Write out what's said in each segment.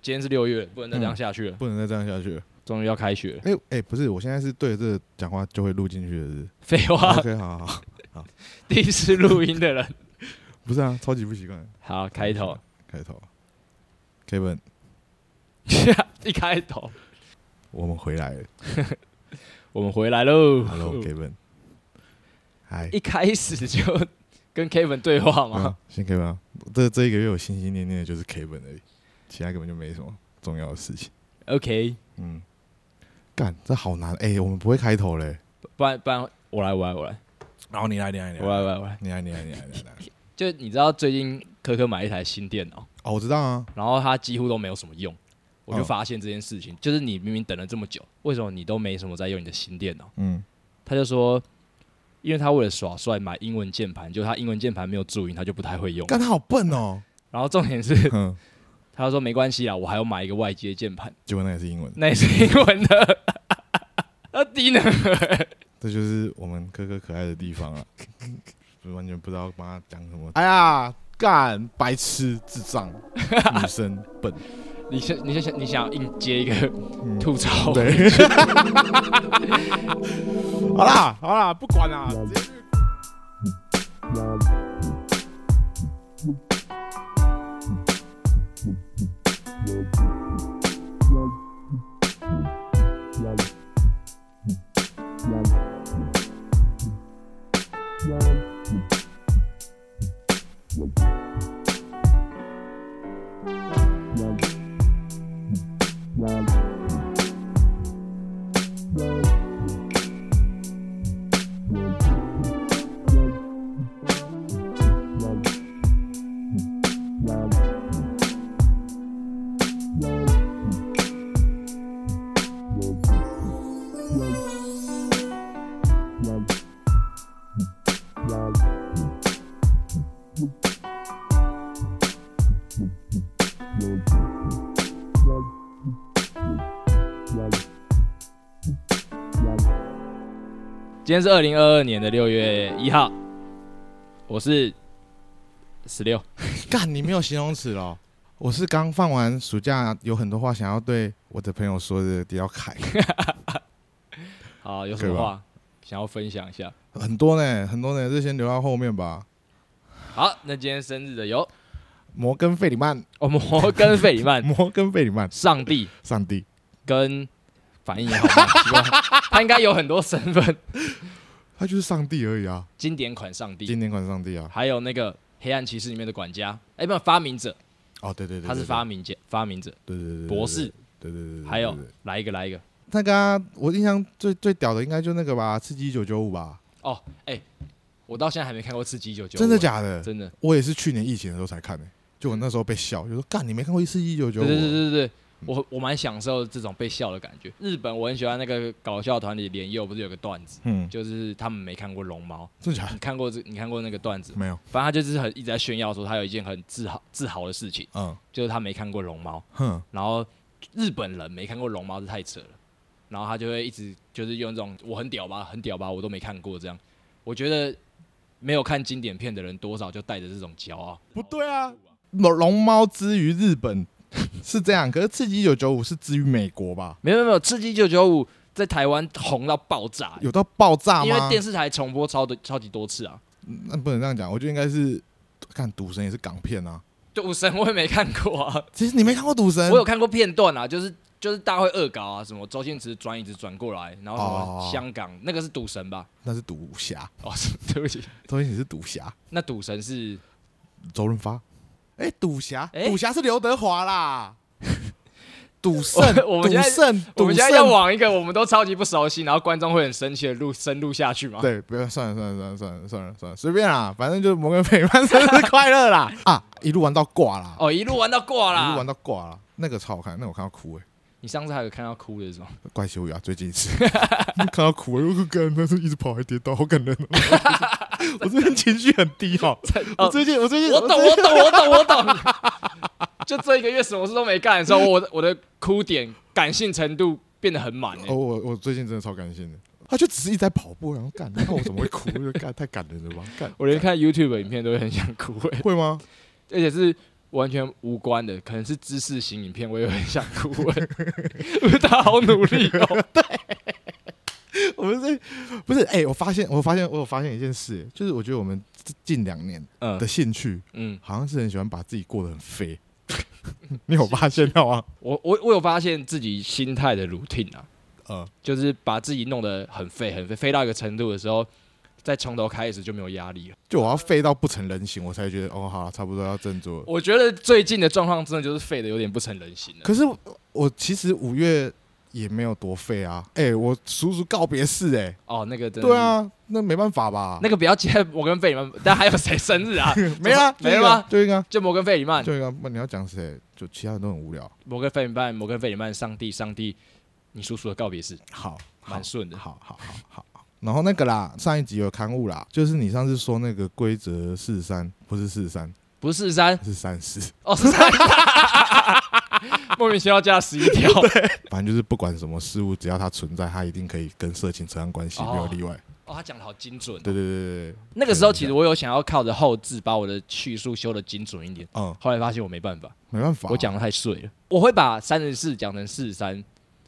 今天是六月，不能再这样下去了，不能再这样下去了。终于要开学了。哎、哎、不是，我现在是对着这个讲话就会录进去的是废 话， OK，好好好，第一次录音的人，不是啊，超级不习惯。好开头，开头，Kevin， 一开头，我们回来了。我们回来喽。Hello，Kevin。嗨，一开始就跟 Kevin 对话没有嘛，先 Kevin 啊，这这一个月我心心念念的就是 Kevin 而已，其他根本就没什么重要的事情。 ？OK，嗯，干，这好难。哎、我们不会开头嘞。不然不然我来我来我来然后你来，你来，你我来我来我来。你来，你来，你来，你来。 就你知道最近科科买了一台新电脑，哦，我知道啊，然后它几乎都没有什么用，我就嗯发现这件事情，就是你明明等了这么久，为什么你都没什么在用你的新电脑？嗯，他就说，因为他为了耍帅买英文键盘，就他英文键盘没有注音，他就不太会用。干他好笨哦。然后重点是， 哼，他说没关系啊，我还要买一个外接键盘， 结果那也是英文。那也是英文的。 那低能这就是我们哥哥可爱的地方啊！我完全不知道帮他讲什么。哎呀，干白痴、智障、女生、笨，你先，你先想，你想硬接一个嗯吐槽，对。好啦，好啦，不管啦，直接去 今天是二零二二年的六月一号，我是十六，干，你没有形容词了。我是刚放完暑假，有很多话想要对我的朋友说的，迪奥凯好，有什可么以吧话想要分享一下？很多呢，很多呢，这先留到后面吧。好，那今天生日的有摩根费里曼，我们摩根费里曼、摩根费里 曼，上帝上帝，跟反应也好 慢，奇怪他应该有很多身份，他就是上帝而已啊，经典款上帝，经典款上帝啊。还有那个黑暗骑士里面的管家，哎，不，发明者，哦，对对对，他是对发明家，发明者，对对对对博士，对对对，对还有对对对来一个，来一个，那个啊、我印象最最屌的应该就那个吧，《刺激一九九五》吧，哦，哎，我到现在还没看过《刺激一九九》，啊哎真的假的？真的，我也是去年疫情的时候才看的、就我那时候被笑，就说干你没看过《刺激一九九嗯对五》？对对对嗯对，我我蛮享受这种被笑的感觉。日本我很喜欢那个搞笑团体莲佑，不是有个段子，嗯，就是他们没看过龙猫，真的假你的？看过这你看过那个段子吗？没有，反正他就是很一直在炫耀说他有一件很自豪自豪的事情，嗯，就是他没看过龙猫，哼，然后日本人没看过龙猫是太扯了，然后他就会一直就是用这种我很屌吧，很屌吧，我都没看过这样。我觉得没有看经典片的人多少就带着这种骄傲，不对啊，龙龙猫之于日本 是这样，可是《刺激一九九五》是之于美国吧？没有没有没有，《刺激九九五》在台湾红到爆炸，有到啊爆炸因为吗？电视台重播超的超级多次啊。那不能这样讲，我觉得应该是看《赌神》也是港片啊。赌神我也没看过 啊，其实你没看过《赌神我》有，看过片段啊，就是就是大家会恶搞啊，什么周星驰转椅子转过来，然后什么哦香港那个是赌神吧？那是赌侠，哦，是对不起，周星驰是赌侠，那赌神是周润发。哎、赌侠，哎赌侠是刘德华 啦。赌圣，我们赌现在圣，我赌们现圣在要往一个我们都超级不熟悉，然后观众会很生气的录深入下去吗？对，不要算了算了算了算了算了算了，随便啦，反正就是摩根费里曼生日快 乐啦啊！一路玩到挂啦，哦，一路玩到挂一路玩啦。到挂啦，那个超好看，那个我看到哭哎、你上次还有看到哭的是吗？怪羞呀，啊最近一次 看到哭、欸，我就感那时候一直跑还跌倒，好感人哦、 我最近情绪很低 哦、哦我最近我最近我懂，最我近懂，我懂，我懂。 就这一个月什么事都没干的时候，我的我的哭点感性程度变得很满欸哦，我我最近真的超感性的，他就只是一直在跑步，然后干，那我怎么会哭？就干太感人了吧？干 我连看 YouTube 影片都会很想哭欸会吗？而且是完全无关的，可能是知识型影片，我也会想哭、欸。 我觉得他好努力 哦，我们这不是哎、我发现我发现我有发现一件事，就是我觉得我们近两年的嗯兴趣嗯，好像是很喜欢把自己过得很废， 你有发现到吗？我我我有发现自己心态的 routine 啊，呃，就是把自己弄得很废很废，废到一个程度的时候，再从头开始就没有压力了。就我要废到不成人形，我才觉得哦，好了，差不多要振作了。我觉得最近的状况真的就是废的有点不成人形了。可是我我其实五月也没有多废啊，哎、我叔叔告别式、哎，哦，那个真的对是啊，那没办法吧？那个不要接摩根费里曼，但还有谁生日 啊？没啦，没了吗？就一个啊，就摩根费里曼，就一个啊，不，你要讲谁？就其他人都很无聊。摩根费里曼，摩根费里曼，上帝，上帝，你叔叔的告别式好，好蛮顺的。好好好好。好然后那个啦，上一集有刊物啦，就是你上次说那个规则四三，不是四三，不是 三是三四，哦，是三， 莫名其妙加十一条。反正就是不管什么事物，只要它存在，它一定可以跟色情扯上关系，哦没有例外。哦，他讲的好精准。对对对对对，那个时候其实我有想要靠着后置把我的叙述修的精准一点，嗯，后来发现我没办法，没办法，我讲的太碎了。我会把三十四讲成四十三，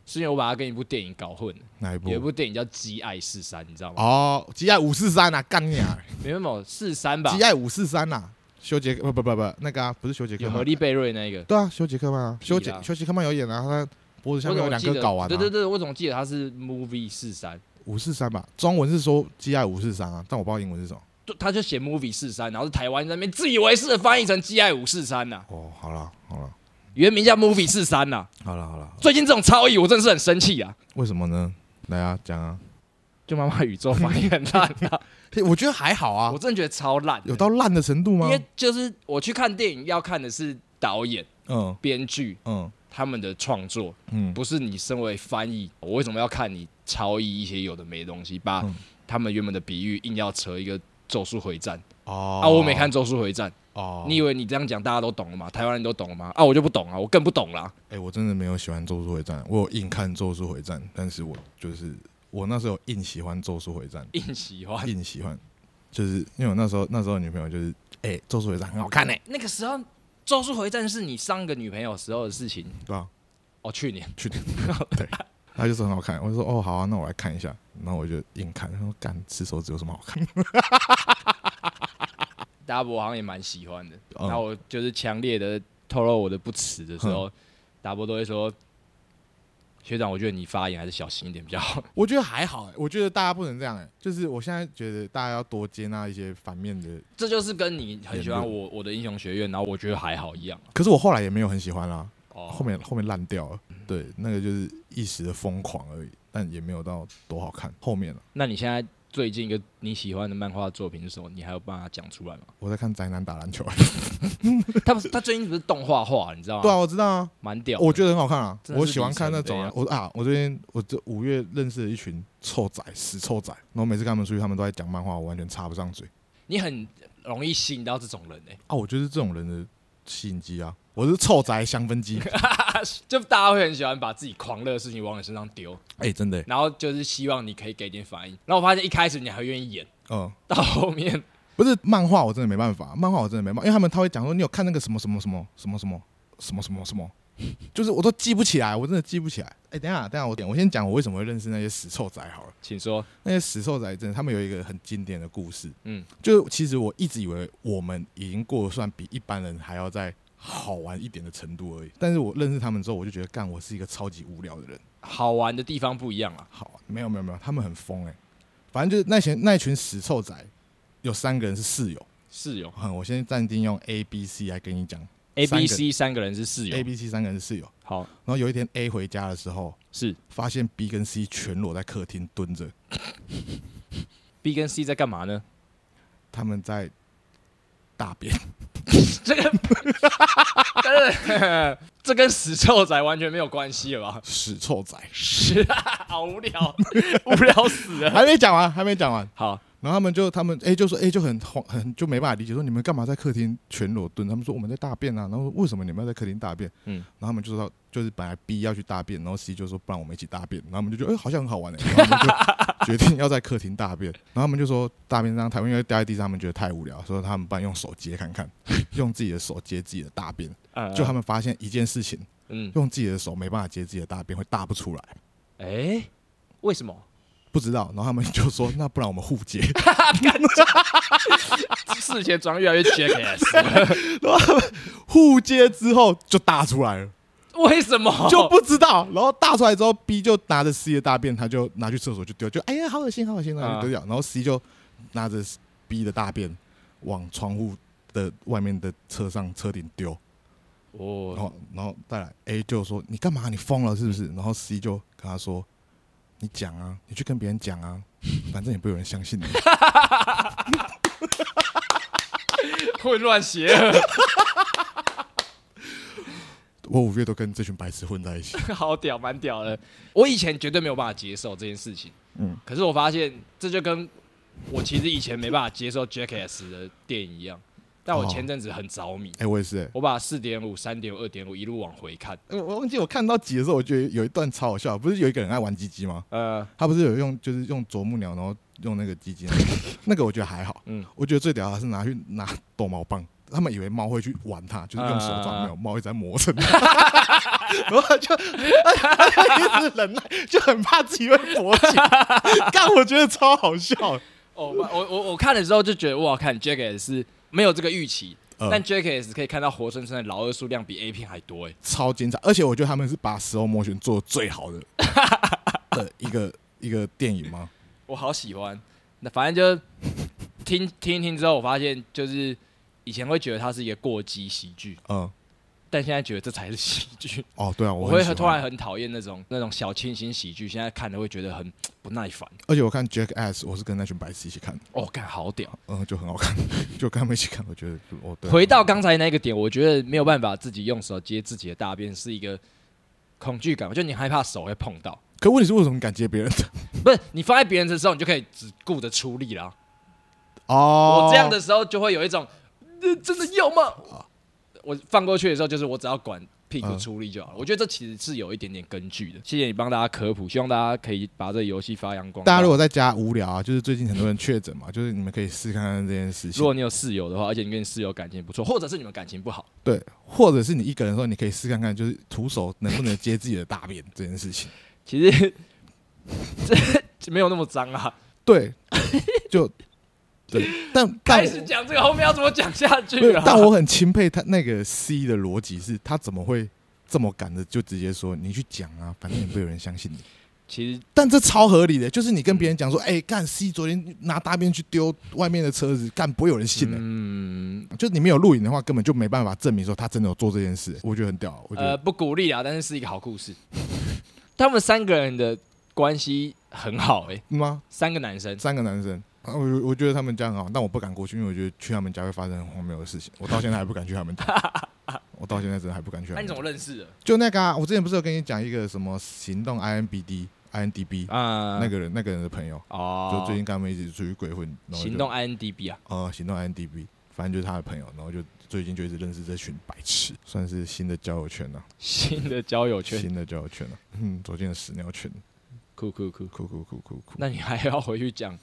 是因为我把它跟一部电影搞混了。哪一部有一？部电影叫《基爱四三》，你知道吗？哦，极爱五四三啊，干你 啊！没有没有四三吧极？爱五四三呐，修杰不不不不，那个啊，不是修杰克有曼，何力贝瑞那一个。对啊，修杰克曼啊，屁修杰啦修杰克曼有演啊，他脖子下我怎面有么两记得个睾丸啊，对对对，我怎么记得它是 movie 四三？五四三吧，中文是说基爱五四三啊，但我不知道英文是什么。就他就写 movie 四三，然后是台湾在那边自以为是的翻译成 G I 五四三呐，哦，好了好了原名叫 movie 四三呐。好了好了，最近这种超译，我真的是很生气啊！为什么呢？来啊，讲啊，就妈妈宇宙翻译很烂 啊，嘿我觉得还好啊我，真的觉得超烂的，有到烂的程度吗因？为就是我去看电影要看的是导演、嗯编剧嗯他们的创作，嗯，不是你身为翻译，我为什么要看你超译一些有的没的东西，把嗯他们原本的比喻硬要扯一个《咒术回战》哦啊？我没看《咒术回战》。哦，你以为你这样讲大家都懂了吗？台湾人都懂了吗？啊，我就不懂啊，我更不懂啦。哎，我真的没有喜欢《咒术回战》，我有硬看《咒术回战》，但是我就是我那时候硬喜欢《咒术回战硬喜》，欢。硬喜欢，就是因为我那时候那时候的女朋友就是哎，《咒术回战》很好看呢，那个时候，《咒术回战》是你上个女朋友时候的事情对啊吧？哦，去年。去年，对，他就说很好看，我就说哦好啊，那我来看一下，然后我就硬看，他说干吃手指有什么好看？大波好像也蛮喜欢的。嗯然后我就是强烈的透露我的不耻的时嗯候，大波都会说：“学长，我觉得你发言还是小心一点比较好。我觉得还好、欸，我觉得大家不能这样、欸，就是我现在觉得大家要多接纳一些反面的，”这就是跟你很喜欢我我的英雄学院，然后我觉得还好一样啊。可是我后来也没有很喜欢啦，哦，后面后面烂掉了，对，那个就是一时的疯狂而已，但也没有到多好看。后面了，啊那你现在最近一个你喜欢的漫画作品是什么？你还有办法讲出来吗？ 我在看宅男打篮球，他不是他最近不是动画化，你知道吗？ 对啊，我知道啊，蛮屌的。我觉得很好看啊，真的是我喜欢看那种、啊里。我啊，我最近我这五月认识了一群臭仔，死臭仔，然后每次跟他们出去，他们都在讲漫画，我完全插不上嘴你很容易吸引到这种人哎、啊。我就是这种人的吸引机啊，我是臭宅香氛 机。 就大家会很喜欢把自己狂热的事情往你身上丢，哎、真的、欸，然后就是希望你可以给点反应。然后我发现一开始你还愿意演，嗯。到后面不是漫画，我真的没办法，漫画我真的没办法，因为他们他会讲说你有看那个什么什么什么什么什么什么什么什么，就是我都记不起来，我真的记不起来。哎、等一下等一下，我点我先讲我为什么会认识那些死臭仔好了。请说，那些死臭仔真的，他们有一个很经典的故事，嗯，就其实我一直以为我们已经过得算比一般人还要再好玩一点的程度而已，但是我认识他们之后，我就觉得干，我是一个超级无聊的人。好玩的地方不一样啊。好，没有没有没有，他们很疯哎、反正就是那些那一群死臭仔，有三个人是室友。室友好，我先暂定用 A、B、C 来跟你讲 A、三个 B、C 三个人是室，A、友， B、C 三个人是室友。好然后有一天 A 回家的时候，是发现 B 跟 C 全裸在客厅蹲着， B 跟 C 在干嘛呢？他们在大便。 这个，呃这跟死臭仔完全没有关系了吧？屎臭仔，是啊，好无聊，无聊死了。还没讲完，还没讲完。好，然然后他们就他们哎、就说哎、就很慌很就没办法理解说你们干嘛在客厅全裸蹲？他们说我们在大便啊，然后为什么你们要在客厅大便？嗯嗯，然后他们就说就是本来 B 要去大便，然后 C 就说不然我们一起大便，然后我们就觉得哎、好像很好玩哎、然后我们就决定要在客厅大便， 然后他们就说大便这张台湾因为掉在地上，他们觉得太无聊，说他们不然用手接看 看，用自己的手接自己的大便，嗯就他们发现一件事情，嗯，用自己的手没办法接自己的大便会大不出来。哎、为什么？不知道，然后他们就说：“ 那不然我们互接。事前装越来越 jackass，” 互接之后就大出来了，为什么？就不知道。然后大出来之后，B 就拿着 C 的大便，他就拿去厕所就丢，就哎呀好恶心，好恶心，然后就丢掉。然后 C 就拿着 B 的大便往窗户的外面的车上车顶丢，然哦，后然后再来 A 就说：“你干嘛？你疯了是不是？”然后 C 就跟他说：“你讲啊，你去跟别人讲啊，反正也不会有人相信你。”混乱邪恶，我五月都跟这群白痴混在一起。好屌，蛮屌的。我以前绝对没有办法接受这件事情，嗯可是我发现这就跟我其实以前没办法接受 jackass 的电影一样，但我哦前阵子很着迷，哎、我也是、欸。我把四点五、三点五、二点五一路往回看，我我忘记我看到几的时候，我觉得有一段超好笑，不是有一个人爱玩鸡鸡吗？呃，他不是有用就是用啄木鸟，然后用那个 鸡鸡，那个我觉得还好。嗯嗯，我觉得最屌的是拿去拿逗猫棒，他们以为猫会去玩它，就是用手啊抓，没有猫一直在 磨蹭它，然后就一直忍耐，就很怕自己会勃起。但我觉得超好笑。哦，我我我我看的时候就觉得哇，看 jackass 是没有这个预期，呃但 jackass 可以看到活生生的老二数量比 A 片还多哎。超精彩，而且我觉得他们是把《石头魔选》做得 最好的的一个一个电影吗？我好喜欢。那反正就听听一听之后，我发现就是以前会觉得它是一个过激喜剧，嗯，但现在觉得这才是喜剧。哦，对啊，我 我会很喜欢突然，很讨厌那种那种小清新喜剧，现在看的会觉得很不耐烦。而且我看《Jackass》，我是跟那群白痴一起看的，哦，干好屌！嗯，就很好看， 就跟他们一起看，我觉得就哦，对啊，回到刚才那个点，我觉得没有办法自己用手接自己的大便是一个恐惧感，就你害怕手会碰到。可问题是为什么敢接别人 的？不是你放在别人的时候，你就可以只顾着出力啦。哦，啊我这样的时候就会有一种，呃真的要吗？我放过去的时候，就是我只要管屁股出力就嗯好了。我觉得这其实是有一点点根据的。谢谢你帮大家科普，希望大家可以把这个游戏发扬光大家如果果在家无聊啊，就是最近很多人确诊嘛，就是你们可以试看看这件事如情果。你有室友的话，而且你跟你室友感情不错，或者是你们感情不好，对，或者是你一个人的时候，你可以试看看，就是徒手能不能接自己的大便这件事 情。其实这没有那么脏啊。对，就对， 但但开始讲这个，后面要怎么讲下没去有啊？但我很钦佩他那个 C 的逻辑是，他怎么会这么赶的就直接说你去讲啊，反正也不会有人相信你。其实但这超嗯合理的，就是你跟别人讲说，哎、干 C 昨天拿大便去丢外面的车子，干不会有人信的、嗯就你没有录影的话，根本就没办法证明说他真的有做这件事。我觉得很屌，我觉得、呃不鼓励啊，但是是一个好故事。 他们三个人的关系很好哎、嗯吗？三个男生。三个男生，啊我我觉得他们家很好，但我不敢过去，因为我觉得去他们家会发生很荒谬的事情。我到现在还不敢去他 们家，我到现在真的还不敢去那、他你们家怎么。认识的？就那个、啊，我之前不是有跟你讲一个什么行动 INBD INDB、啊那个人那个人的朋友，哦，就最近跟他们一起出去鬼混，然后就行动 INDB 啊，呃行动 INDB，反正就是他的朋友，然后就最近就一直认识这群白痴，算是新的交友圈了、新的交友圈，新的交友圈了、嗯，走进了屎尿圈，酷酷酷。酷酷酷酷酷。那你还要回去讲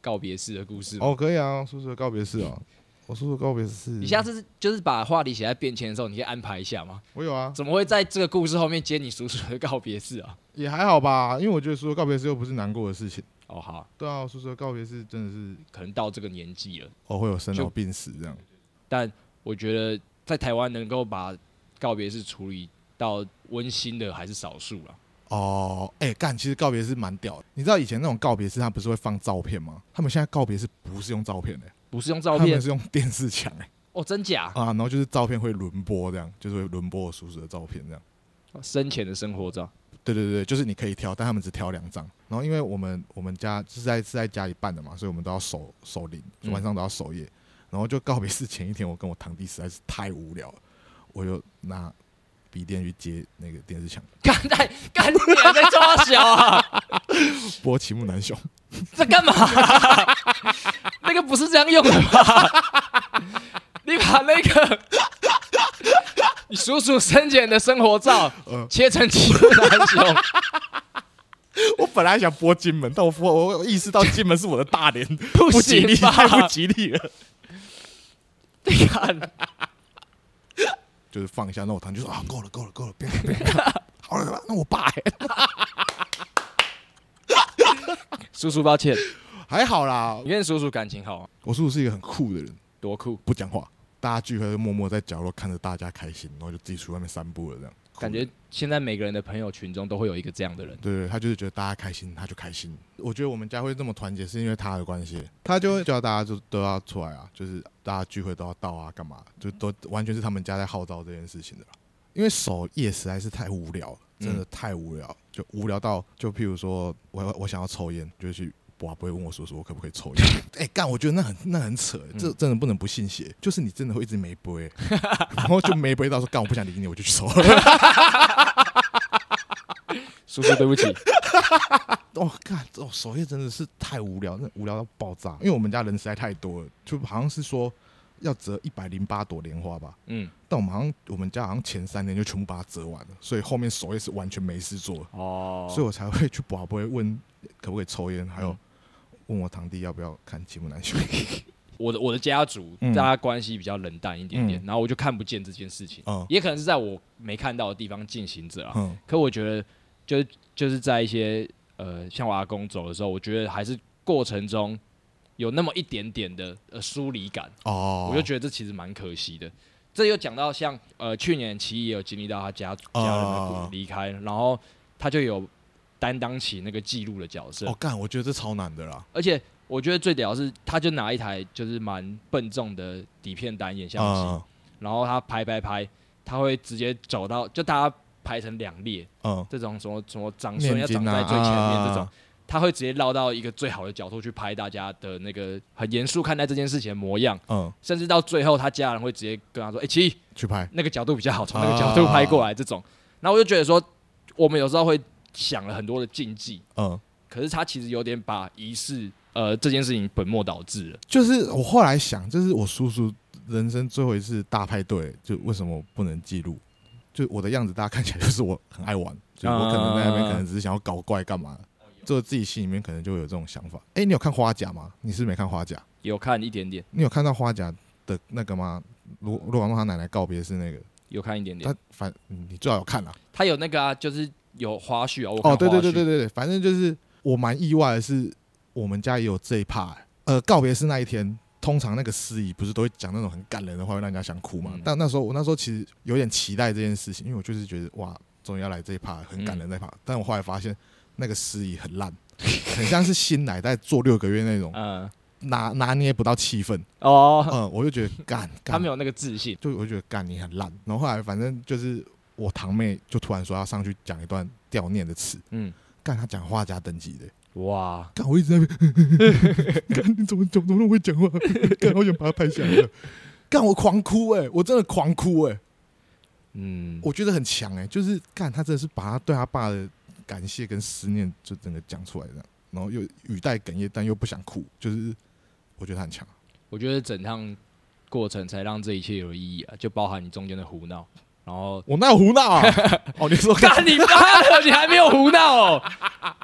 告别式的故事吗？哦，嗯可以啊，叔叔的告别式哦，我叔叔告别式，你下次就是把话题写在便签的时候，你可以安排一下吗？我有啊，怎么会在这个故事后面接你叔叔的告别式啊？也还好吧，因为我觉得叔叔告别式又不是难过的事情。哦，好，对啊，叔叔的告别式真的是可能到这个年纪了，哦会有生就老病死这样。但我觉得在台湾能够把告别式处理到温馨的还是少数了。哦，哎、干，其实告别式蛮屌的。你知道以前那种告别式，他不是会放照片吗？他们现在告别式不是用照片的、不是用照他片们是用电视墙哎、哦，真假？啊，然后就是照片会轮播这样，就是会轮播我叔叔的照片这样。生前的生活 照，对对对，就是你可以挑，但他们只挑两张。然后因为我们我们家是在是在家里办的嘛，所以我们都要守守灵，嗯晚上都要守夜。然后就告别式前一天，我跟我堂弟实在是太无聊了，我就拿笔电去接那个电视墙，干太干你还在抓小啊！播《奇木南雄》在干嘛？ 那个不是这样用的吧？ 你把那个 你叔叔生前的生活照嗯切成几部来使用，我本来想播金门，但我我我意识到金门是我的大连， 不不吉利，行吧？太不吉利了。 你看，就是放下那我堂，就说啊，够了，够了，够了，别看，别看，好了，那我爸、欸、叔叔抱歉，还好啦你。跟叔叔感情好啊，我叔叔是一个很酷的人，多酷，不讲话，大家聚会就默默在角落看着大家开心，然后就自己出外面散步了，这样。感觉现在每个人的朋友群中都会有一个这样的人。对对，他就是觉得大家开心，他就开心。我觉得我们家会这么团结，是因为他的关系，他就会叫大家就都要出来啊，就是大家聚会都要到啊，干嘛，就都完全是他们家在号召这件事情的啦。因为守夜实在是太无聊了，真的太无聊，就无聊到就譬如说我我想要抽烟，就去。我不会问我叔叔我可不可以抽烟？ 哎、干，我觉得那很那很扯，欸这真的不能不信邪。就是你真的会一直没杯， 然后就没杯到说干我不想理你，我就去抽了。叔叔，对不起，哦，看哦，首页真的是太无聊，那无聊到爆炸。因为我们家人实在太多了，就好像是说要折一百零八朵莲花吧， 嗯，但我们好像我们家好像前三年就全部把它折完了，所以后面首页是完全没事做，哦，所以我才会去宝贝问可不可以抽烟，还有嗯问我堂弟要不要看《吉姆男兄》我的我的家族嗯大家关系比较冷淡一点点，嗯然后我就看不见这件事情，嗯也可能是在我没看到的地方进行着啊。嗯可我觉得就，是就是在一些呃，像我阿公走的时候，我觉得还是过程中有那么一点点的呃疏离感，哦，我就觉得这其实蛮可惜的。这又讲到像呃，去年奇艺也有经历到他家家人的故哦离开，然后他就有担当起那个记录的角色，哦干，我觉得这超难的啦，而且我觉得最屌的是，他就拿一台就是蛮笨重的底片单眼相机，嗯然后他拍拍拍，他会直接走到就大家排成两列，嗯这种什么什么长孙要念长经在啊，最前面这种啊，，他会直接绕到一个最好的角度去拍大家的那个很严肃看待这件事情的模样，嗯，甚至到最后他家人会直接跟他说：“哎、奇奇去拍，那个角度比较好，从那啊个角度拍过来。”这种，然后我就觉得说，我们有时候会想了很多的禁忌，嗯。可是他其实有点把仪式呃这件事情本末倒置了。就是我后来想，这是我叔叔人生最后一次大派对，就为什么不能记录？就我的样子，大家看起来就是我很爱玩，就我可能在那边啊可能只是想要搞怪干嘛，就自己心里面可能就会有这种想法。哎、你有看花甲吗？你是不是没看花甲？有看一点点，你有看到花甲的那个吗？罗罗广仲他奶奶告别是那个，有看一点点。他反嗯你最好有看啦、他有那个啊，就是有花絮啊。我看哦，对对对花对絮，对对，反正就是我蛮意外的是，我们家也有这一趴、呃，告别式那一天，通常那个司仪不是都会讲那种很感人的话，会让人家想哭嘛。嗯但那时候我那时候其实有点期待这件事情，因为我就是觉得哇，终于要来这一趴，很嗯感人那一趴。但我后来发现那个司仪很烂，很像是新来在做六个月 那种，嗯，拿拿捏不到气氛。哦，嗯、我就觉得干，他干没有那个自信。就我就觉得干你很烂。然后后来反正就是我堂妹就突然说要上去讲一段悼念的词，嗯，干她讲话加等级的。哇，干，我一直在那边， 干你怎么怎么那么会讲话？干，好想把它拍下来了。干，我狂哭哎、我真的狂哭哎、嗯，我觉得很强哎、就是干他真的是把他对他爸的感谢跟思念就整个讲出来这样，然后又语带哽咽，但又不想哭，就是我觉得他很强。我觉得整趟过程才让这一切有意义啊，就包含你中间的胡闹，然后我哪有胡闹啊？ 哦，你说干你妈的，你还没有胡闹哦，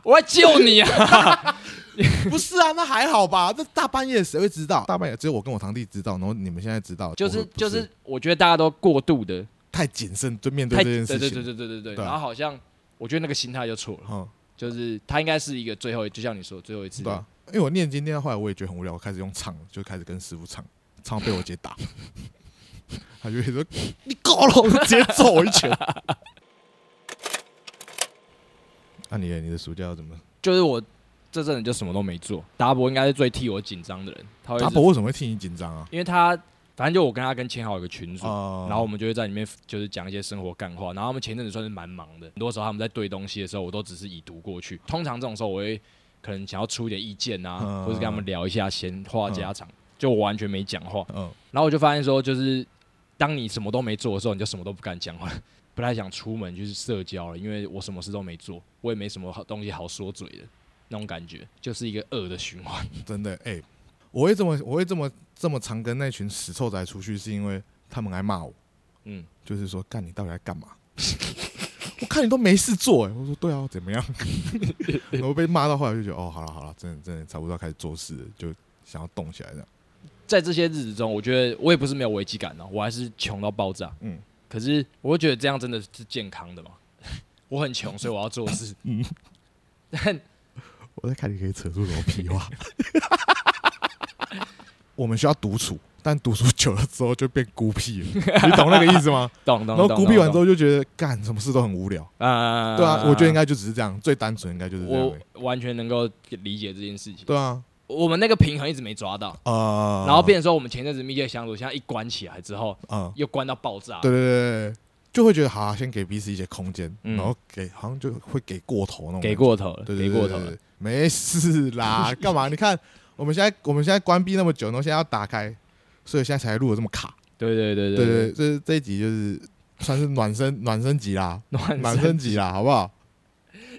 我要救你啊！ 不是啊？那还好吧，这大半夜谁会知道？大半夜只有我跟我堂弟知道，然后你们现在知道，就我是说不就是，我觉得大家都过度的太谨慎对面对太这对件对事对情。对对对对，对啊然后好像我觉得那个心态就错了。嗯就是他应该是一个最后，就像你说最后一次对、啊，因为我念经念到后来，我也觉得很无聊，我开始用唱，就开始跟师傅唱，唱到被我姐打， 他就会说你够了，我就直接揍我一拳。 那、你你的暑假要怎么？就是我这阵子就什么都没做。达博应该是最替我紧张的人，他会阿伯为什么会替你紧张啊？因为他反正就我跟他跟千豪有个群组，哦然后我们就会在里面就是讲一些生活干话。然后他们前阵子算是蛮忙的，很多时候他们在对东西的时候，我都只是已读过去。通常这种时候，我会可能想要出一点意见啊，嗯或者跟他们聊一下闲话家常，就我完全没讲话。嗯，然后我就发现说，就是当你什么都没做的时候，你就什么都不敢讲话， 不太想出门去社交了，因为我什么事都没做，我也没什么好东西好说嘴的。那种感觉，就是一个恶的循环。真的哎、我会这么我会这么这么常跟那群死臭仔出去，是因为他们爱骂我，嗯，就是说干你到底在 干嘛？我看你都没事做哎、我说对啊，怎么样？ 然后被骂到后来就觉得哦，好了好了，真的真的差不多要开始做事了，就想要动起来这样。在这些日子中，我觉得我也不是没有危机感哦，我还是穷到爆炸。嗯嗯，可是我会觉得这样真的是健康的嘛？ 我很穷，所以我要做 事。嗯，但我在看你可以扯出什么屁话。 我们需要独处，但独处久了之后就变孤僻了，你 懂那个意思吗？懂懂然后懂，孤僻完之后，后就觉得干什么事都很无聊。啊对啊，我觉得应该该就只是这样，最单纯应该就是这样而欸我已。完全能够理解这件事情。对啊，我们那个平衡一直没抓到，呃，然后变成说我们前阵子密切相处，现在一关起来之后嗯，又关到爆炸。对对对对，就会觉得好啊，先给彼此一些空间，嗯然后给好像就会给过头那种感觉，给过头了，对，对给过头，对了对。对没事啦，干嘛？你看我们现在我们现在关闭那么久，然后现在要打开，所以现在才录的这么卡。对对对对对，这这一集就是算是暖身暖身集啦，对，暖身集啦，好不好？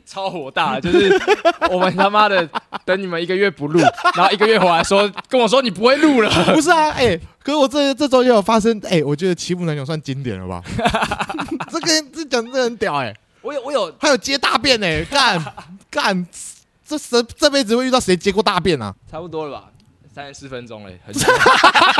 超火大，就是 我们他妈的等你们一个月不录，然后一个月回来说跟我说你不会录了， 不是啊，哎、可是我这这周也有发生，哎、我觉得欺负男友算经典了吧？这跟这讲这很屌哎、我有我有还有接大便哎、干 干，这这这辈子会遇到谁接过大便 啊？差不多了吧，三十四分钟嘞，很久。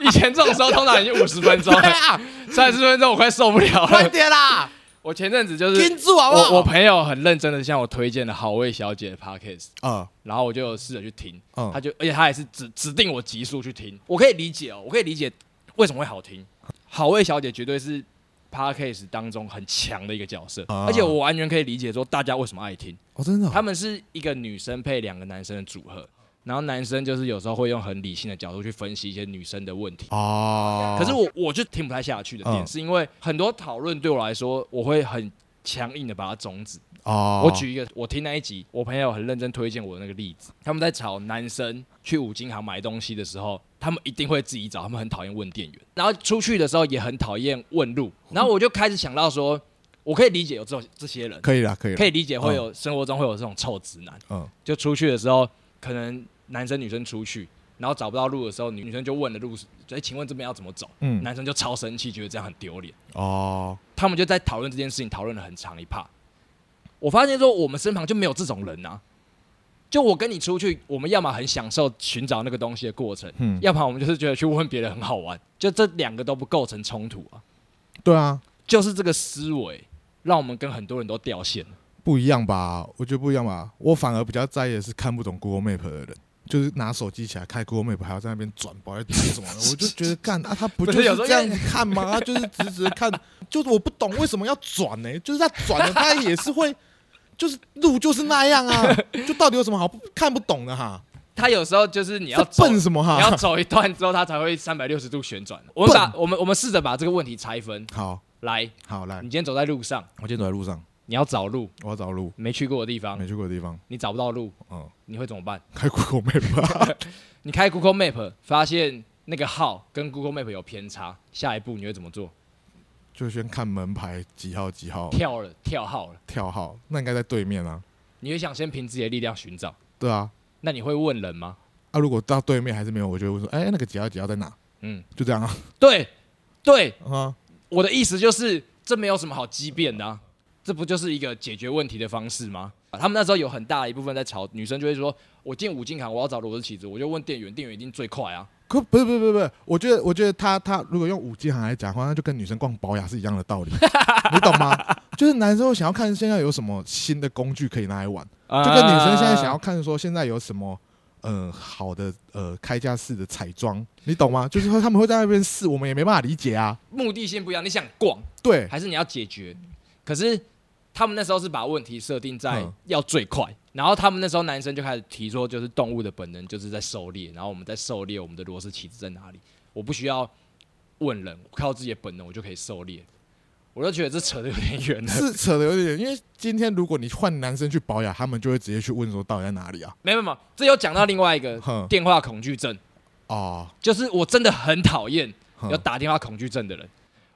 以前这种时候通常已经五十 分钟对了， 啊，三十分钟我快受不了快了。点啦，我前阵子就是盯住好不好？我我朋友很认真的向我推荐了好味小姐的 podcast，呃然后我就有试着去听，嗯他就而且他也是指指定我集数去听，我可以理解哦，我可以理解为什么会好听。好味小姐绝对是 podcast 当中很强的一个角色，啊而且我完全可以理解说大家为什么爱听，哦真的哦、 他们是一个女生配两个男生的组合，然后男生就是有时候会用很理性的角度去分析一些女生的问题。哦，可是我我就听不太下去的点，嗯是因为很多讨论对我来说，我会很强硬的把它终止。哦，我举一个，我听那一集，我朋友很认真推荐我的那个例子，他们在吵男生去五金行买东西的时候，他们一定会自己找，他们很讨厌问店员，然后出去的时候也很讨厌问路，然后我就开始想到说，我可以理解有这种这些人，可以啦，嗯可以啦，可以理解会有生活中会有这种臭直男，嗯就出去的时候，可能男生女生出去，然后找不到路的时候，女女生就问了路，哎，请问这边要怎么走？嗯男生就超生气，觉得这样很丢脸。哦，他们就在讨论这件事情，讨论了很长一趴。我发现说，我们身旁就没有这种人啊。就我跟你出去，我们要么很享受寻找那个东西的过程，嗯，要么我们就是觉得去问别人很好玩。就这两个都不构成冲突啊。对啊，就是这个思维，让我们跟很多人都掉线了。不一样吧？我觉得不一样吧。我反而比较在意的是看不懂 Google Map 的人，就是拿手机起来开 Google Map，还要在那边转，不知道在指 什么的。我就觉得干啊，他不不就是是有时候这样子看吗？他就是直直地看，就是我不懂为什么要转呢、就是他转了，他也是会，就是路就是那样 啊，就到底有什么好不看不懂的哈？他有时候就是你要这走笨什么你要哈？走一段之后，他才会三百六十度旋转。我们把我们我们试着把这个问题拆分好来，好来你，今天走在路上，我今天走在路上，你要找路，我要找路，没去过的地方没，去过的地方，你找不到路，嗯，你会怎么办？开 Google Map 吧。你开 Google Map 发现那个号跟 Google Map 有偏差，下一步你会怎么做？就先看门牌几号几号跳了，跳号了。跳号，那应该在对面啊。你会想先凭自己的力量寻找，对啊，那你会问人吗？啊，如果到对面还是没有，我就会问说，哎、那个几号几号在哪？嗯，就这样啊，对，对，啊，我的意思就是这没有什么好激辩的、啊，这不就是一个解决问题的方式吗？啊他们那时候有很大的一部分在吵，女生就会说：“我进五金行，我要找罗氏起子，我就问店员，店员一定最快啊。可不是不是不是不是，我觉得我觉得他他如果用五金行来讲的话，那就跟女生逛保养是一样的道理，你懂吗？就是男生会想要看现在有什么新的工具可以拿来玩，”就就跟女生现在想要看说现在有什么。呃，好的，呃，开架式的彩妆，你懂吗？就是说他们会在那边试，我们也没办法理解啊。目的性不一样，你想逛对，还是你要解决？可是他们那时候是把问题设定在嗯要最快，然后他们那时候男生就开始提说，就是动物的本能就是在狩猎，然后我们在狩猎，我们的螺丝起子在哪里？我不需要问人，我靠自己的本能我就可以狩猎。我就觉得这扯得有点远 了。是扯的有点远，因为今天如果你换男生去保养，他们就会直接去问说到底在哪里啊？没有没有，这又讲到另外一个哼，电话恐惧症，哦，就是我真的很讨厌哼有打电话恐惧症的人。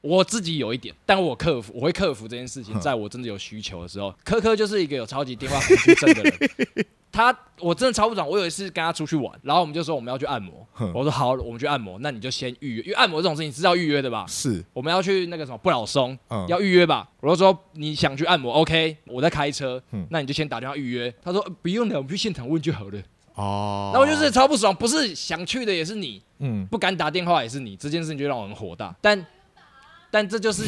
我自己有一点，但我克服，我会克服这件事情。哼在我真的有需求的时候，科科就是一个有超级电话恐惧症的人。 他我真的超不爽。我有一次跟他出去玩，然后我们就说我们要去按摩，哼我说好，我们去按摩，那你就先预约，因为按摩这种事情是要预约的吧？是，我们要去那个什么不老松，嗯，要预约吧？我就说你想去按摩，OK，我在开车，嗯那你就先打电话预约。他说呃不用了，我们去现场问就好了。哦，那我就是超不爽，不是想去的也是你，嗯，不敢打电话也是你，这件事情就让我很火大。但但这就是，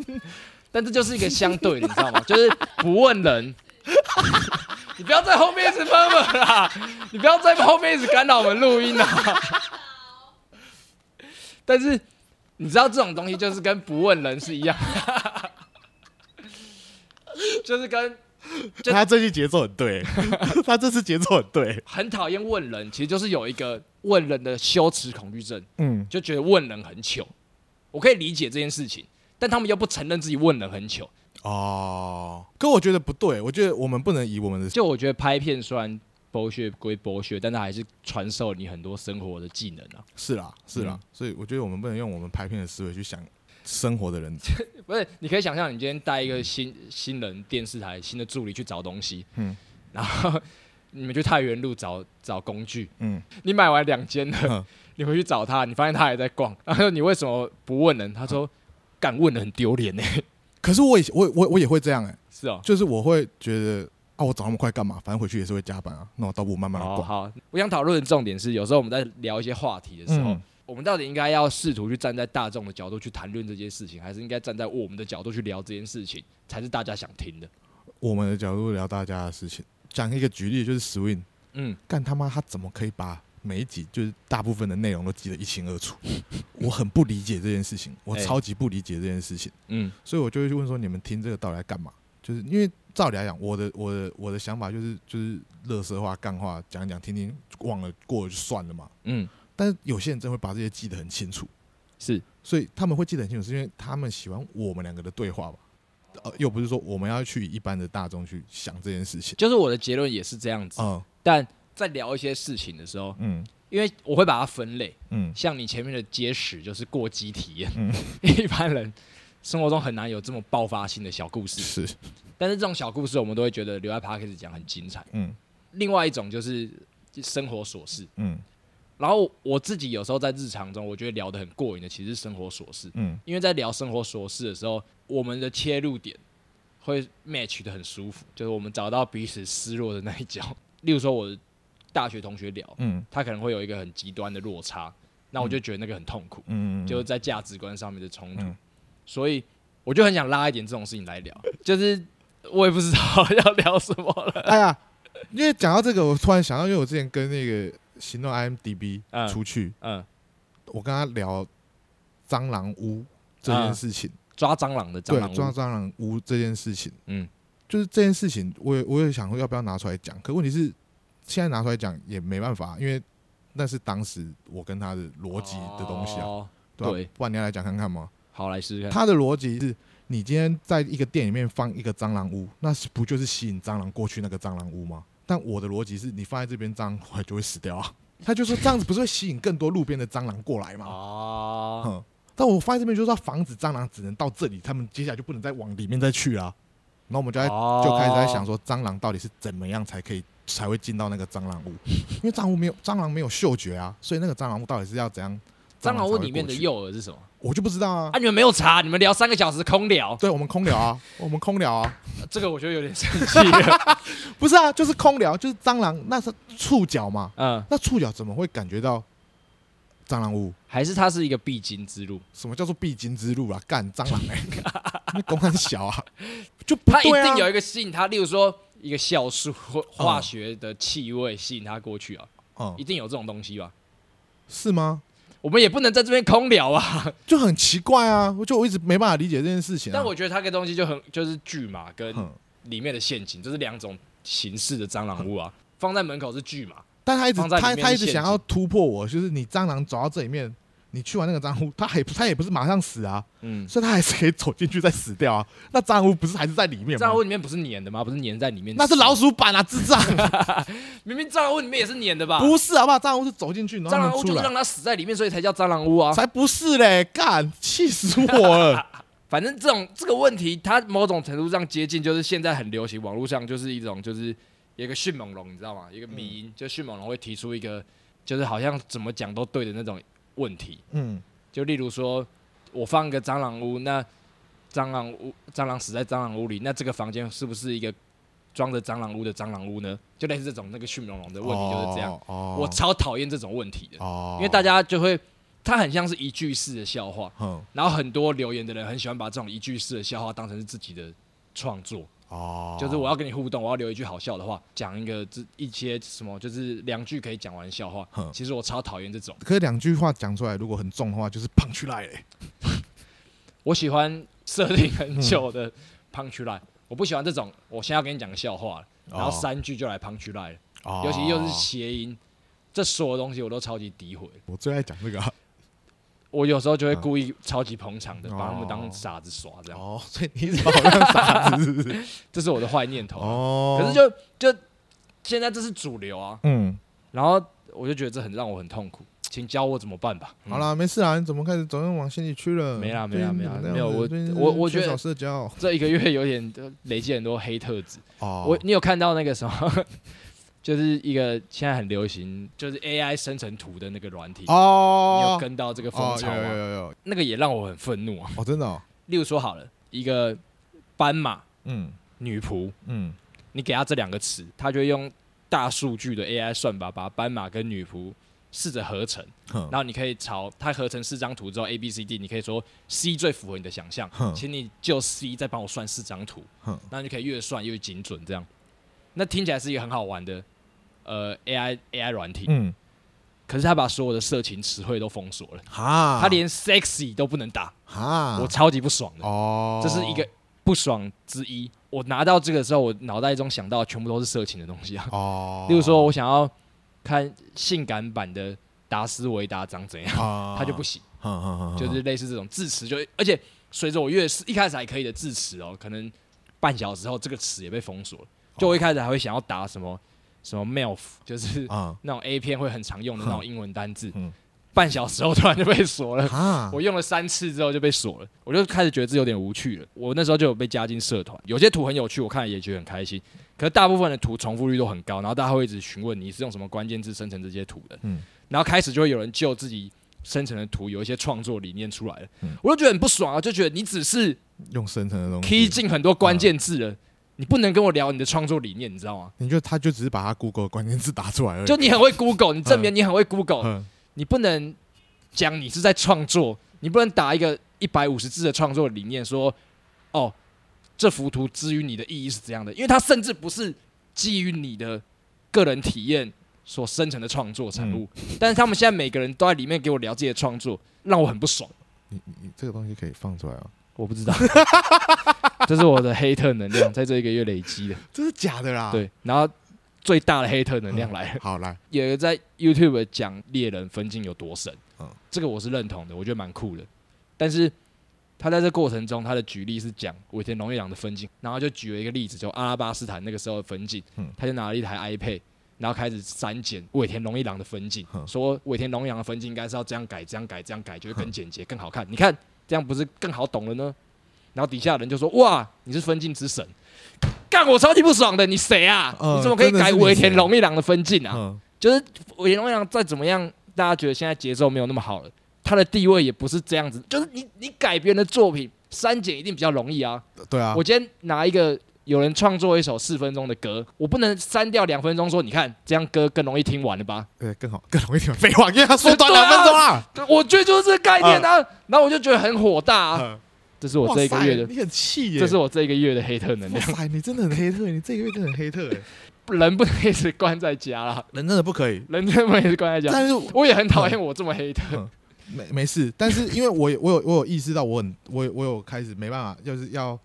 但这就是一个相对的，你知道吗？就是不问人。你不要在后面一直喷我啦！你不要在后面一直干扰我们录音啦！但是你知道这种东西就是跟不问人是一样的， 就是跟就他这期节奏很对， 他这次节奏很对，很讨厌问人，其实就是有一个问人的羞耻恐惧症。嗯，就觉得问人很糗。我可以理解这件事情，但他们又不承认自己问人很糗。哦，可我觉得不对，我觉得我们不能以我们的就我觉得拍片虽然剥削归剥削，但它还是传授你很多生活的技能啊。是啦是啦，所以我觉得我们不能用我们拍片的思维去想生活的人，不是，你可以想象你今天带一个新新人电视台新的助理去找东西，嗯嗯，然后你们去太原路找找工具，嗯，你买完两间了嗯，你回去找他，你发现他还在逛，然后你为什么不问人？他说敢问人很丢脸呢。可是我也我我我也会这样哎、是哦，就是我会觉得啊，我找那么快干嘛？反正回去也是会加班啊，那我倒不如慢慢来好逛。哦好，我想讨论的重点是，有时候我们在聊一些话题的时候，嗯我们到底应该要试图去站在大众的角度去谈论这些事情，还是应该站在我们的角度去聊这件事情，才是大家想听的？我们的角度聊大家的事情，讲一个举例，就是 Swing，嗯，干他妈他怎么可以把每一集就是大部分的内容都记得一清二楚？ 我很不理解这件事情，我哎超级不理解这件事情，嗯，所以我就会去问说你们听这个到底在干嘛？就是因为照理来讲，我的我的我的想法就是就是乐色话、干话讲一讲听听，忘了过了就算了嘛。嗯，但是有些人真的会把这些记得很清楚，是，所以他们会记得很清楚，是因为他们喜欢我们两个的对话吧？呃，又不是说我们要去一般的大众去想这件事情。就是我的结论也是这样子。嗯但在聊一些事情的时候，嗯因为我会把它分类，嗯像你前面的结实就是过激体验，嗯 一般人生活中很难有这么爆发性的小故事，是但是这种小故事我们都会觉得留在 p a r k e 讲很精彩。嗯另外一种就是生活琐事。嗯然后我自己有时候在日常中，我觉得聊得很过瘾的，其实是生活琐事。嗯因为在聊生活琐事的时候，我们的切入点会 match 的很舒服，就是我们找到彼此失落的那一角。 例如说，我的大学同学聊，嗯他可能会有一个很极端的落差，那我就觉得那个很痛苦，嗯，就是在价值观上面的冲突嗯。所以我就很想拉一点这种事情来聊， 就是我也不知道要聊什么了。 哎呀，因为讲到这个，我突然想到，因为我之前跟那个行动 IMDB 嗯出去，嗯，我跟他聊蟑螂屋这件事情，抓蟑螂嗯的蟑对螂，屋，抓蟑螂屋这件事情，嗯，就是这件事情，我也我也想说要不要拿出来讲，可问题是现在拿出来讲也没办法，因为那是当时我跟他的逻辑的东西啊，哦对吧对不然你要来讲看看吗？好，来试试看。他的逻辑是。你今天在一个店里面放一个蟑螂屋，那是不就是吸引蟑螂过去那个蟑螂屋吗？但我的逻辑是你放在这边，蟑螂回来就会死掉啊。 他就说这样子不是会吸引更多路边的蟑螂过来吗？哦，嗯，但我发现这边就是要防止蟑螂只能到这里，他们接下来就不能再往里面再去了。然后我们就在、哦就开始在想说，蟑螂到底是怎么样才可以才会进到那个蟑螂屋？ 因为蟑螂屋没有蟑螂没有嗅觉啊，所以那个蟑螂屋到底是要怎样？ 蟑螂屋才会里面过的去诱饵是什么？我就不知道啊啊，。你们没有查，你们聊三个小时空聊，对我们空聊啊，我们空聊啊，这个我觉得有点生气了。不是啊，就是空聊，就是蟑螂那是触角 嘛，嗯，那触角怎么会感觉到蟑螂屋？还是它是一个必经之路，什么叫做必经之路啊？干蟑螂哎、 欸，那公很小啊，就不它一对啊定有一个吸引它，例如说一个酵素或化学的气味吸引它过去啊，嗯一定有这种东西吧？是吗？我们也不能在这边空聊啊。就很奇怪啊，我就我一直没办法理解这件事情、啊。但我觉得它个东西就很就是巨马跟哼，里面的陷阱，这是两种形式的蟑螂屋啊。放在门口是巨马，但他一直放在里他面的他一直陷阱想要突破我，就是你蟑螂走到这里面，你去完那个脏污，他还他也不是马上死啊，嗯，所以他还是可以走进去再死掉啊。那脏污不是还是在里面账吗户？里面不是粘的吗？不是粘在里面？那是老，鼠板啊，智障！明明蟑螂屋里面也是粘的吧？不是好不好？蟑螂屋是走进去，然后蟑他们螂屋出就是来，让它死在里面，所以才叫蟑螂屋啊。才不是嘞！干，气死我 了！反正这种这个问题，它某种程度上接近，就是现在很流行网络上就是一种就是有一个迅猛龙，你知道吗？有一个迷嗯因，就迅猛龙会提出一个就是好像怎么讲都对的那种问题，嗯，就例如说我放一个蟑螂屋，那蟑螂屋蟑螂死在蟑螂屋里，那这个房间是不是一个装着蟑螂屋的蟑螂屋呢？就类似这种那个迅猛龙的嗯问题就是这样，哦。哦我超讨厌这种问题的，哦，因为大家就会它很像是一句式的笑话。嗯然后很多留言的人很喜欢把这种一句式的笑话当成是自己的创作，哦，就是我要跟你互动，我要留一句好笑的话，讲一个这一些什么，就是两句可以讲完的笑话哼。其实我超讨厌这种，可是两句话讲出来，如果很重的话，就是胖去赖嘞。我喜欢设定很久的 punch line，我不喜欢这种。我现在要跟你讲个笑话了，然后三句就来 punch line，了哦尤其又是谐音，这所有东西我都超级诋毁。我最爱讲这个啊。我有时候就会故意超级捧场的，把他们哦当傻子耍这样， 哦，所以你一直把我当傻子是不是？这是我的坏念头啊。哦，可是就就现在这是主流啊，嗯，然后我就觉得这很让我很痛苦，请教我怎么办吧。好啦，没事啦，你怎么开始走向往心里去嗯了？没啦没最啦近没怎啦么样没有了我最近我我缺觉得少社交嗯，这一个月有点呃累积很多黑特质。哦我你有看到那个什么， 就是一个现在很流行，就是 AI 生成图的那个软体，你有哦，跟到这个风哦潮啊有有吗？有有，那个也让我很愤怒啊。哦真的哦，例如说好了，一个斑马嗯女仆，嗯你给它这两个词，它就会用大数据的 AI 算法把斑马跟女仆试着合成。哼然后你可以朝它合成四张图之后 A B C D，你可以说 C 最符合你的想象哼，请你就 C 再帮我算四张图，哼那你就可以越算越精准这样。那听起来是一个很好玩的呃 AI AI 软体，嗯可是他把所有的色情词汇都封锁了，哈，他连 sexy 都不能打，哈，我超级不爽的，啊哦，这是一个不爽之一。我拿到这个时候，我脑袋中想到的全部都是色情的东西啊，哦，例如说我想要看性感版的达斯维达长怎样，啊，他就不行。哼，哼嗯哼哼就是类似这种字词，就而且随着我越是一开始还可以的字词哦，可能半小时后这个词也被封锁了。就哦我一开始还会想要打什么什么 milf，就是啊那种 A 片会很常用的那种英文单字嗯，半小时后突然就被锁了。啊哈，我用了三次之后就被锁了，我就开始觉得这有点无趣了。我那时候就有被加进社团，有些图很有趣，我看了也觉得很开心。可是大部分的图重复率都很高，然后大家会一直询问你是用什么关键字生成这些图的，嗯然后开始就会有人就自己生成的图有一些创作理念出来了，嗯我就觉得很不爽啊，就觉得你只是用深层的东 key 西，嗯进很多关键字了，你不能跟我聊你的创作理念，你知道吗？你就他就只是把他 Google 的关键字打出来而已，就你很会 Google，你证明你很会 Google，嗯你不能讲你是在创作，你不能打一个一百五十字的创作理念说，哦，这幅图之于你的意义是怎样的？因为它甚至不是基于你的个人体验所生成的创作产物，但是他们现在每个人都在里面给我聊自己的创作，让我很不爽。你你你这个东西可以放出来啊，我不知道， 这是我的黑特能量在这一个月累积的。这是假的啦，，对，然后最大的黑特能量来了。好来，有一个在 YouTube 讲猎人分镜有多神，嗯这个我是认同的，我觉得蛮酷的。但是他在这过程中，他的举例是讲尾田荣一郎的分镜，然后就举了一个例子，就阿拉巴斯坦那个时候的分镜，嗯他就拿了一台 iPad，然后开始删减尾田荣一郎的分镜，嗯说尾田荣一郎的分镜应该是要这样改、这样改、这样改，就会更简洁、更好看。你看这样不是更好懂了呢？然后底下人就说：“哇，你是分镜之神！”干我超级不爽的，你谁啊？嗯你怎么可以真的是改你尾谁田啊荣一郎的分镜啊？嗯。就是我也龙阳再怎么样，大家觉得现在节奏没有那么好了，他的地位也不是这样子。就是你你改别人的作品删减一定比较容易啊。对啊，我今天拿一个有人创作一首四分钟的歌，我不能删掉两分钟说你看这样歌更容易听完了吧？呃更好更容易听完废话，因为他缩短两分钟啊啦。对我觉得就是这个概念啊。然后我就觉得很火大啊，嗯这是我这一个月哇塞的。你很气耶，这是我这一个月的黑特能哇量，塞，你真的很黑特，你这个月真的很黑特耶，哎人不能一直关在家啦，人真的不可以。人真的不能一直关在家。但是嗯我我也很讨厌我这么黑特，没没事，但是因为我有我有我有意识到我很我有我有开始没办法，就是要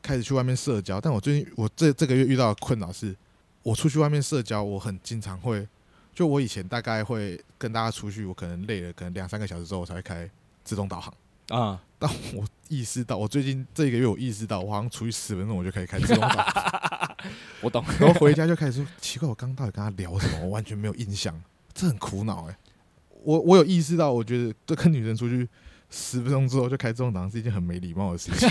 开始去外面社交。但我最近我这这个月遇到的困扰是，我出去外面社交，我很经常会就我以前大概会跟大家出去，我可能累了，可能两三个小时之后我才会开自动导航。啊、但我意识到，我最近这一个月我意识到，我好像出去十分钟我就可以开自动导航， 我懂。然后回家就开始说奇怪，我刚刚到底跟他聊什么？我完全没有印象，这很苦恼哎、我我有意识到，我觉得这跟女生出去十分钟之后就开自动导航是一件很没礼貌的事 情，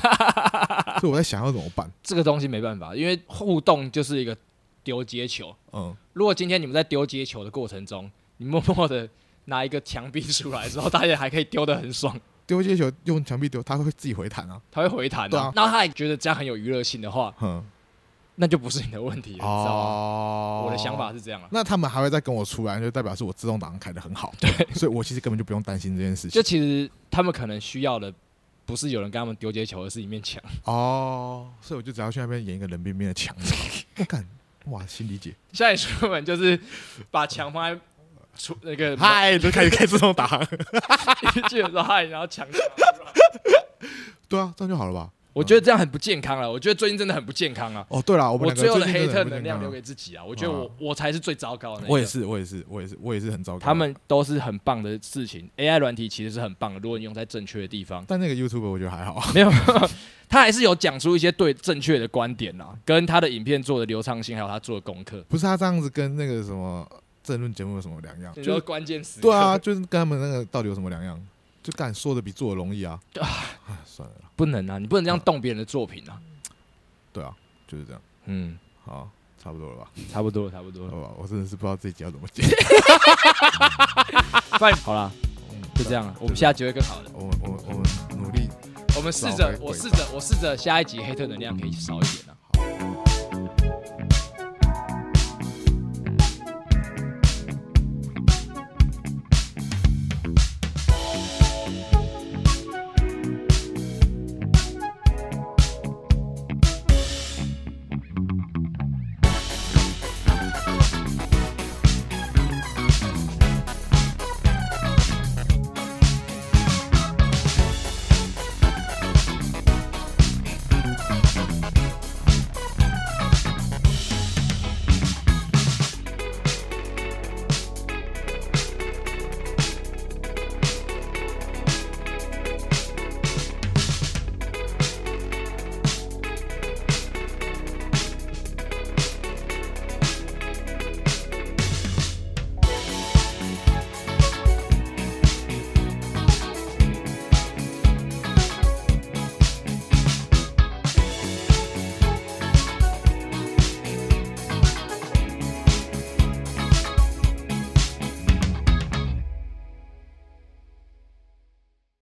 所以我在想要怎么办。这个东西没办法，因为互动就是一个丢接球。嗯，如果今天你们在丢接球的过程中， 你默默的拿一个墙壁出来之后，大家还可以丢得很爽，丢接球用墙壁丢，他会自己回弹啊。他会回弹、对啊然后他还觉得这样很有娱乐性的话，哼，那就不是你的问题了，你知道吗？哦我的想法。是这样啊，那他们还会再跟我出来，就代表是我自动导航开的很好。对，所以我其实根本就不用担心这件事就情。其实他们可能需要的不是有人跟他们丢接球，而是一面墙。 哦，所以我就只要去那边演一个冷冰冰的墙。我干，哇，心理解。现在出门就是把墙放在出那个嗨，就开始开自动导 航。一句的时候嗨，然后墙上。对啊，这样就好了吧？我觉得这样很不健康啊了，我觉得最近真的很不健康啊。哦，对了，我们我两个最后的近黑真特很不能量健康哦留给自己啊！我觉得我我才是最糟糕的那个。我也，是，我也是，我也是，我也是很糟糕。他，们都是很棒的事情。AI 软体其实是很棒的，如果你用在正确的地方，但那个 YouTube 我觉得还好。 没有，他还是有讲出一些对正确的观点啦，跟他的影片做的流畅性，还有他做的功课，不是他这样子跟那个什么政论节目有什么两样？你就说是关键词对啊，，就是跟他们那个到底有什么两样？就敢说的比做的容易啊！ 对啊唉算了啦，不能啊，你不能这样动别人的作品啊。对啊，就是这样。嗯，好，差不多了吧？差不多了，差不多好了，吧，我真的是不知道这一集要怎 么剪。快好啦，嗯就这样了，我们下集会更好的。我们我们我们努力。我们试找着回，我轨试着，我试着下一集黑特能量可以少一点啊。好，